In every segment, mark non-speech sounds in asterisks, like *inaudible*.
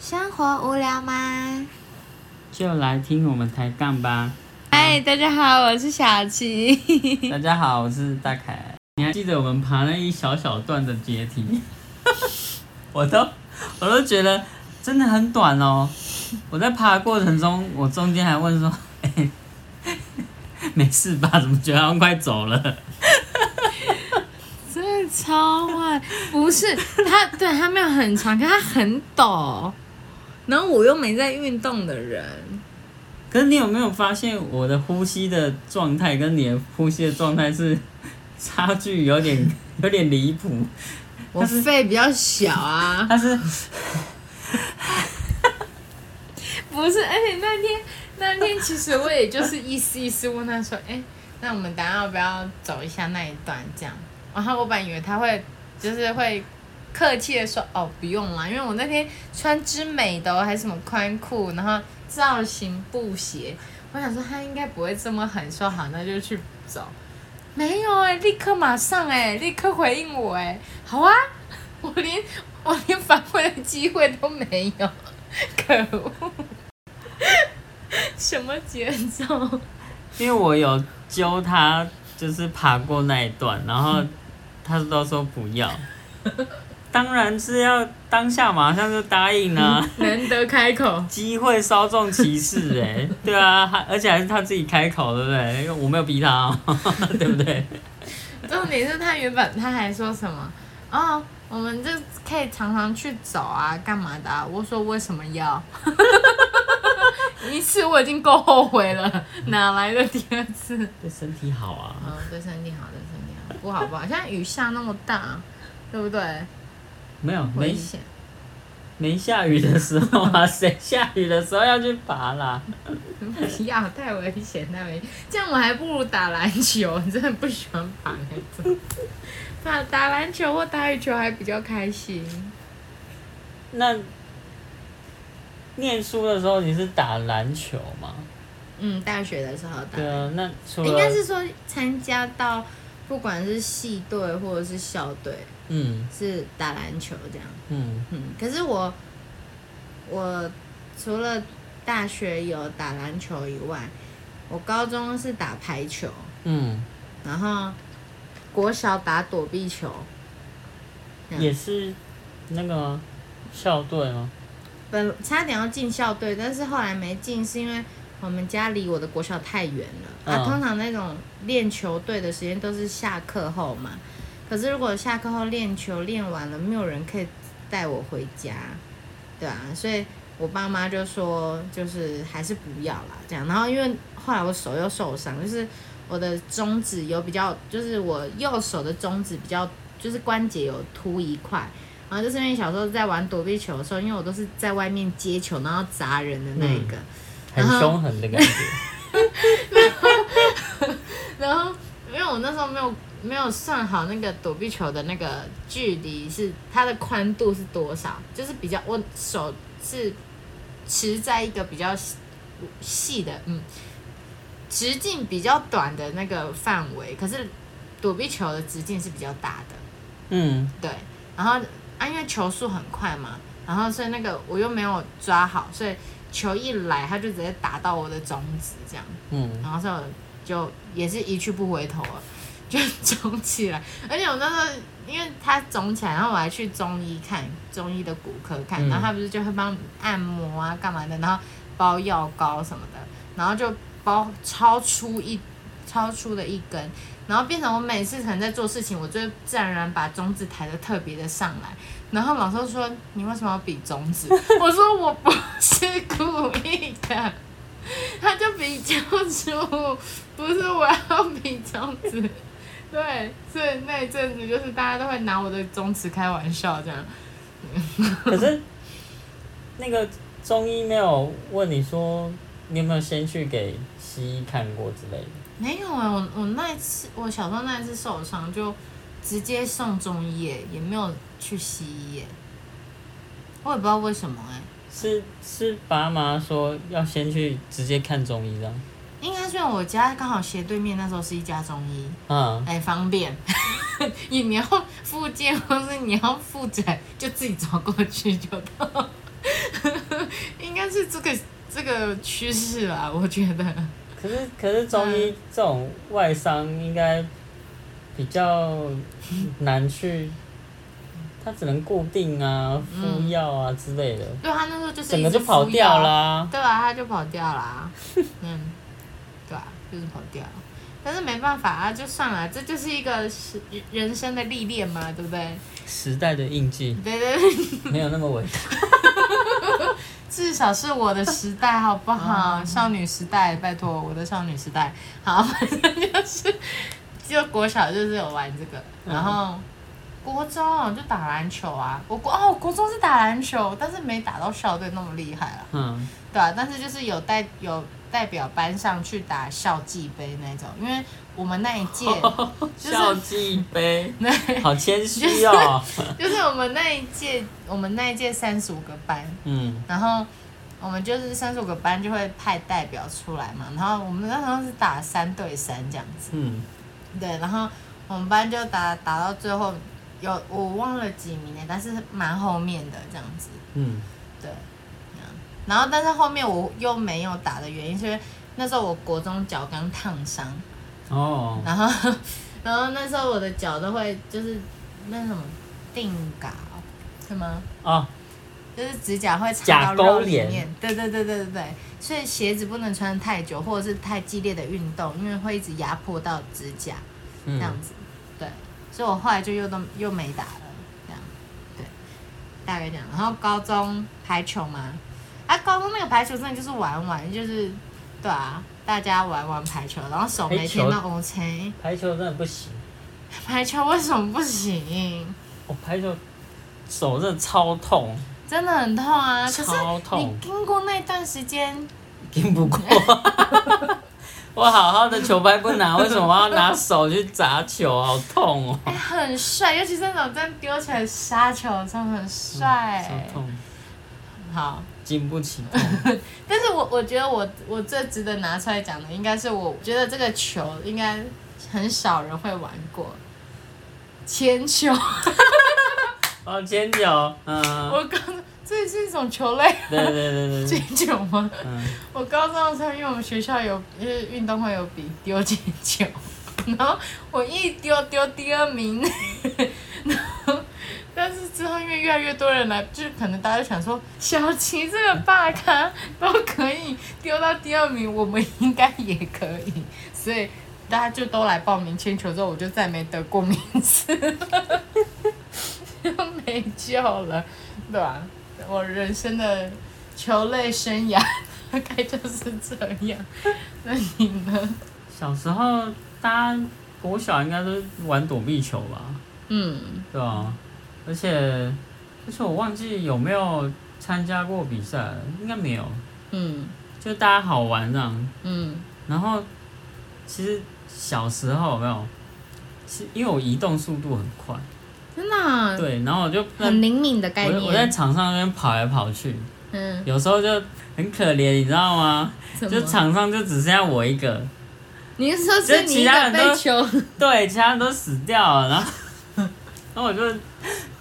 生活无聊吗？就来听我们抬杠吧。嗨，大家好，我是小琪。大家好，我是大凯。你还记得我们爬那一小小段的阶梯？ *laughs* 我都我都觉得真的很短哦。我在爬的过程中，我中间还问说：“ *laughs* 哎、没事吧？怎么觉得好像快走了 *laughs* 真的超慢，不是他，对他没有很长，可他很陡。然后我又没在运动的人，？”可是你有没有发现我的呼吸的状态跟你的呼吸的状态是 *laughs* 差距有点有点离谱？我肺比较小啊。它是 *laughs* 不是，而且那天那天其实我也就是意思意思问他说，哎、那我们等一下要不要走一下那一段这样？然后我本来以为他会就是会客气的说，哦，不用啦，因为我那天穿织美的哦还是什么宽裤，然后造型布鞋，我想说他应该不会这么狠，说好那就去走。没有哎、立刻马上哎、立刻回应我哎、好啊，我连 *laughs* 我连反悔的机会都没有，可恶！什么节奏？因为我有揪他，就是爬过那一段，然后他都说不要，当然是要当下马上就答应啦、难得开口，机会稍纵即逝哎、对啊，还而且还是他自己开口，对不对？因为我没有逼他、哦， *laughs* 对不对？重点是他原本他还说什么？哦，我们就可以常常去走啊，干嘛的、啊？我说为什么要？ *laughs* 一次我已经够后悔了，哪来的第二次？对身体好啊，嗯，对身体好，对身体好，不好不好。现在雨下那么大，对不对？没有危没险。没下雨的时候啊， *laughs* 谁下雨的时候要去爬啦？不要，嗯太危险，太危险。这样我还不如打篮球，真的不喜欢打那种。打打篮球或打羽球还比较开心。啊那念书的时候你是打篮球吗？嗯，大学的时候打，对啊，那除了应该是说参加到不管是系队或者是校队，嗯是打篮球这样。嗯。嗯，可是我我除了大学有打篮球以外，我高中是打排球，嗯，然后国小打躲避球。这样也是那个吗校队吗？本差点要进校队，但是后来没进，是因为我们家离我的国小太远了。啊，嗯通常那种练球队的时间都是下课后嘛。可是如果下课后练球练完了，没有人可以带我回家，对啊，所以我爸妈就说，就是还是不要啦，这样。然后因为后来我手又受伤，就是我的中指有比较，就是我右手的中指比较，就是关节有凸一块。然后就是因为小时候在玩躲避球的时候，因为我都是在外面接球，然后砸人的那一个，很凶狠的感觉。然后因为我那时候没有没有算好那个躲避球的那个距离是它的宽度是多少，就是比较我手是持在一个比较细细的嗯直径比较短的那个范围，可是躲避球的直径是比较大的。 *laughs* 嗯，对，然后啊，因为球速很快嘛，然后所以那个我又没有抓好，所以球一来，它就直接打到我的中指这样，嗯，然后所以我就也是一去不回头了， *laughs* 就肿起来。而且我那时候因为它肿起来，然后我还去中医看中医的骨科看，嗯然后他不是就会帮你按摩啊干嘛的，然后包药膏什么的，然后就包超出一超出的一根，然后变成我每次可能在做事情，我就会自然而然把中指抬得特别的上来。然后老师说：“你为什么要比中指？” *laughs* 我说：“我不是故意的。” *laughs* 他就比较出，不是我要比中指。对，所以那一阵子就是大家都会拿我的中指开玩笑这样。可是那个中医没有问你说你有没有先去给西医看过之类的？没有哎、我我那一次我小时候那一次受伤就直接送中医、欸，也没有去西医、欸，我也不知道为什么哎、是是爸妈说要先去直接看中医的。应该是因为我家刚好斜对面那时候是一家中医，嗯，哎、方便。 *laughs* 你你要复健或是你要复诊，就自己走过去就到。 *laughs* 就是这个这个趋势啦，我觉得。可是可是中医这种外伤应该比较难去，它只能固定啊、敷药啊之类的，对他那时候就是整一个直就跑敷掉药啦、对啊，他就跑掉啦。 *laughs* 嗯，对啊，就是跑掉。但是没办法啊，就算了，这就是一个是人生的历练嘛，对不对？ *laughs* *laughs* 时代的印记对对对，没有那么稳。至少是我的时代，好不嗯好？少女时代，拜托我的少女时代。好， *laughs* 反正就是，就国小就是有玩这个，嗯然后国中就打篮球啊。我国哦，我国中是打篮球，但是没打到校队那么厉害啊。 *laughs* 嗯，对啊，但是就是有代有代表班上去打校际杯那种，因为我们那一届 *laughs* 就是校际杯，那好谦虚哦。就是我们那一届我们那一届三十五个班，嗯，然后我们就是三十五个班就会派代表出来嘛，然后我们那时候是打三对三这样子，嗯，对，然后我们班就打打到最后有我忘了几名了，但是蛮后面的这样子，嗯，对，这样然后但是后面我又没有打的原因，是因为那时候我国中脚刚烫伤，哦，然后 *laughs* 然后那时候我的脚都会就是那什么定嘎哦是吗？哦，就是指甲会插甲到沟肉里炎面，对对对对对对，所以鞋子不能穿太久，或者是太激烈的运动，因为会一直压迫到指甲这样嗯，子，对，所以我后来就又都又没打了，这样，对，大概这样。然后高中排球嘛，啊，高中那个排球真的就是玩玩，就是对啊，大家玩玩排球，然后手排每球天都 OK。排球真的不行，哦排球为什么不行？我、排球手真的超痛，真的很痛啊！可是超痛你经过那段时间，拼不过。 *laughs* 我好好的球拍不拿，为什么我要拿手去砸球？好痛哦！哎、很帅，尤其是那种这样丢起来杀球，真的很帅。嗯超痛，好，经不起痛。但是我我觉得我我最值得拿出来讲的，应该是我觉得这个球应该很少人会玩过，铅球。哦，铅球，嗯，我刚这是一种球类，对对对对对，铅球吗？嗯，我高中的时候，因为我们学校有就是运动会有比丢铅球，然后我一丢丢第二名，然后但是之后因为越来越多人来，就是可能大家就想说，小琪这个大咖都可以丢到第二名，我们应该也可以，所以大家就都来报名铅球之后，我就再没得过名次了， *laughs* 就没救了，对吧、我人生的球类生涯。大概就是这样。那你呢？小时候大家国小应该都玩躲避球吧？嗯，对啊，而且而且我忘记有没有参加过比赛了，应该没有，嗯就大家好玩这样。嗯然后其实小时候有没有，是因为我移动速度很快，真的啊、对，然后我就在很灵敏的概我我在念。场上那边跑来跑去，嗯，有时候就很可怜，你知道吗？怎么就场上就只剩下我一个，你是说是你一个被球？ *laughs* 对，其他人都死掉了，然后 *laughs* 然后我就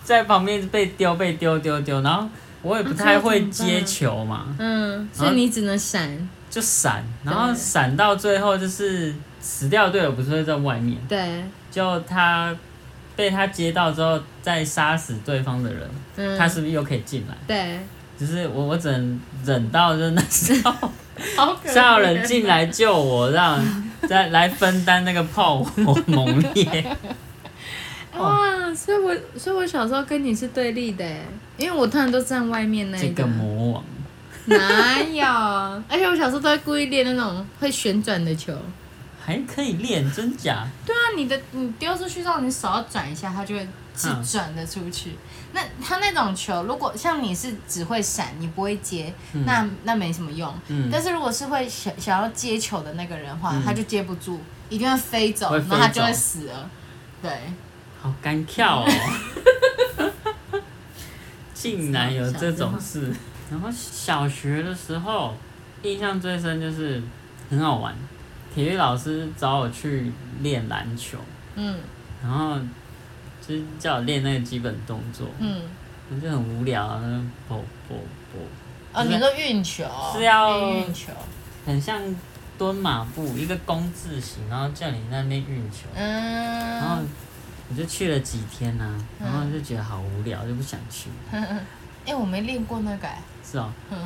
在旁边被丢被丢丢丢，然后我也不太会接球嘛，嗯，所以你只能闪。就闪，然后对闪到最后就是死掉的队友不是会在外面，对，就他被他接到之后再杀死对方的人，嗯，他是不是又可以进来？对，只是我我只能忍到就是那时候。 *laughs* 好可啊要有人进。来救我，让 *laughs* 再来分担那个炮火猛烈。哇，所以我所以我小时候跟你是对立的耶，因为我通常都站外 *laughs* 面那这一个魔王，哪有？而且我小时候都会故意练那种会旋转的球。还可以练，真假？对啊，你的你丢出去之后，你手要转一下，它就会自嗯转的出去。那它那种球，如果像你是只会闪，你不会接，嗯那那没什么用。嗯但是如果是会想想要接球的那个人的话，嗯他就接不住，一定会飞走，会飞然后他就走会死了。对，好干跳哦！哦 *laughs* 竟然有这种事。然后小学的时候，印象最深就是很好玩，体育老师找我去练篮球，嗯然后就是叫我练那个基本动作。嗯我就很无聊，然后跑跑跑哦，你说运球是要运球，很像蹲马步，一个弓字形，然后叫你那边运球，然后 *laughs* 嗯，我就去了几天呐、然后就觉得好无聊，就不想去。哎，我没练过那个，哎是哦，嗯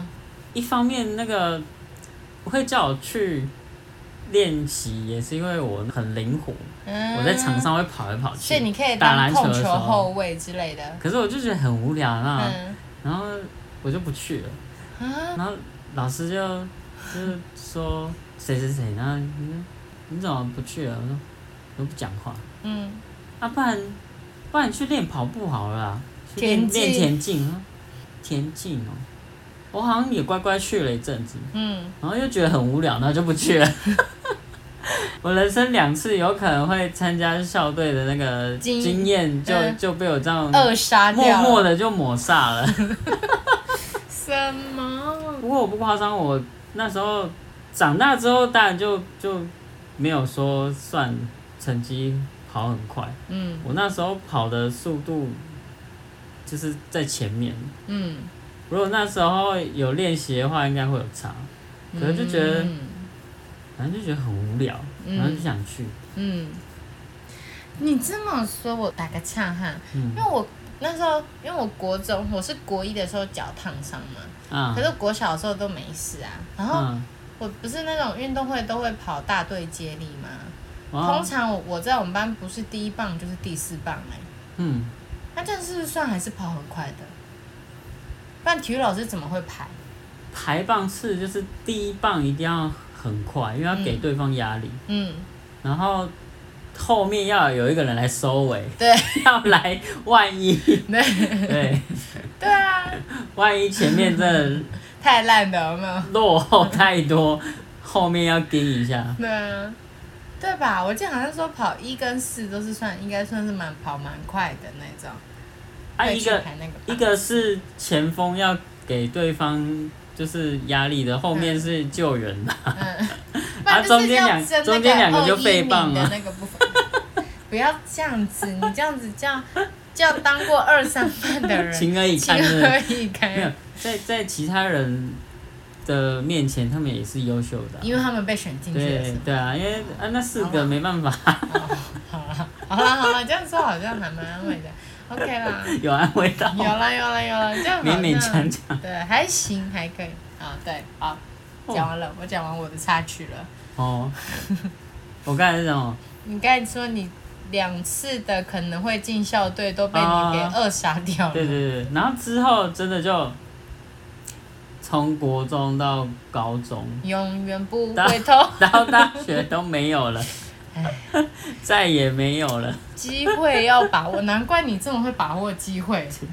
一方面那个会叫我去练习，也是因为我很灵活，嗯，我在场，上会跑来跑去，所以你可以打当篮球控的时球后候，嗯卫之类的，可是我就觉得很无聊啦、嗯然后我就不去了。啊，然后老师就就是说谁谁谁，然后你说你怎么不去了？我说我不讲话，嗯，啊，不然不然你去练跑步好了啦，去练田径练田径，我说田径哦，我好像也乖乖去了一阵子，嗯，然后又觉得很无聊，然后就不去了。 *laughs* 我人生两次有可能会参加校队的那个经经验，就嗯就被我这样扼杀掉默了，默的就抹煞了。什么？不过我不夸张，我那时候长大之后，当然就就没有说算成绩跑很快。嗯我那时候跑的速度就是在前面。嗯，如果那时候有练习的话，应该会有差。可是就觉得，嗯反正就觉得很无聊，嗯然后就想去。嗯，你这么说，我打个岔哈，嗯因为我那时候，因为我国中我是国一的时候脚烫伤嘛，啊可，是国小的时候都没事啊。然后嗯，我不是那种运动会都会跑大队接力吗？哇通，常我我在我们班不是第一棒就是第四棒哎、嗯，那这样是不是算还是跑很快的？不然体育老师怎么会排？排棒次就是第一棒一定要很快，因为要给对方压力，嗯，然后后面要有一个人来收尾。 *laughs* 对要来 *laughs* 万一，对对，对啊，万一前面真的太烂了，有没有？落后太多，后面要盯一下。对啊，对吧？我记得好像说跑一跟四都是算，应该算是蛮跑蛮快的那种。啊，会一去个排那个吧一个是前锋要给对方就是压力的，后面是救援的。嗯， *laughs* 不然啊就是中间要两争那中间两个就21废棒名的了那个部分， *laughs* 不要这样子，你这样子叫叫当过二三班的 *laughs* 人，情何以堪情是不何是以没有堪？在在其他人的面前，他们也是优秀的啊、因为他们被选进去的是对吗？对啊，因为啊那四好啦个没办法，哦好了好了好了，这样说好像还蛮安慰的，OK 啦，有安慰到，有啦有啦有啦，这样好勉像勉强 *laughs* 强。对，还行还可以啊，对，好，讲完了，我讲完我的插曲了。 *laughs* 哦，我刚才是什么？你刚才说你两次的可能会进校队都被你给啊扼杀掉了，对对对，然后之后真的就从国中到高中永远不回头，到大学都没有了， *laughs* 再也没有了。机会要把握，难怪你这么会把握机会， *laughs*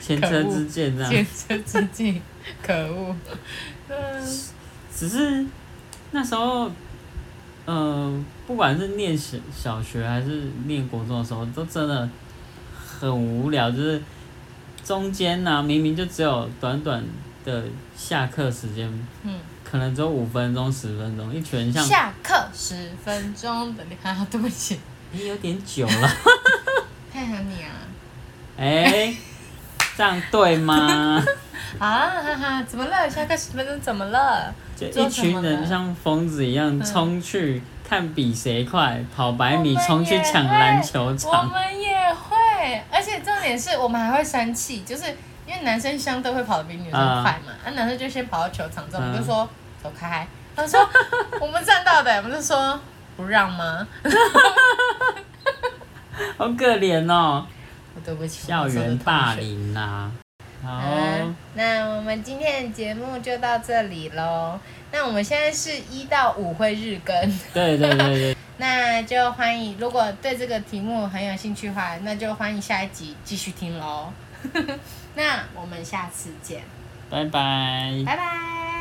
前车之鉴这前样，车之鉴，可 *laughs* 恶。嗯只是那时候，呃，不管是念小小学还是念国中的时候，都真的很无聊，就是中间呢、明明就只有短短的下课时间，嗯，可能只有五分钟、十分钟，一群人像下课十分钟的， *laughs* 啊，对不起，你哎有点久了， *laughs* 配合你啊，哎、这样对吗？啊哈哈，怎么了？下课十分钟怎么了？就一群人像疯子一样冲去看比谁快，跑百米冲去抢篮球我场，们也会，而且重点是我们还会生气，就是因为男生相对会跑得比女生嗯快嘛，那、男生就先跑到球场之后，我们就说、走开，他说我们站到的，我们就说不让吗？好可怜哦！我对不起，校我那时候嗯的同园学霸。凌哦啦、好，嗯，那我们今天的节目就到这里喽。那我们现在是一到五会日更。 *laughs* 对对对对，那就欢迎，如果对这个题目很有兴趣的话，那就欢迎下一集继 *laughs* 续听喽。那我们下次见，拜拜。拜拜。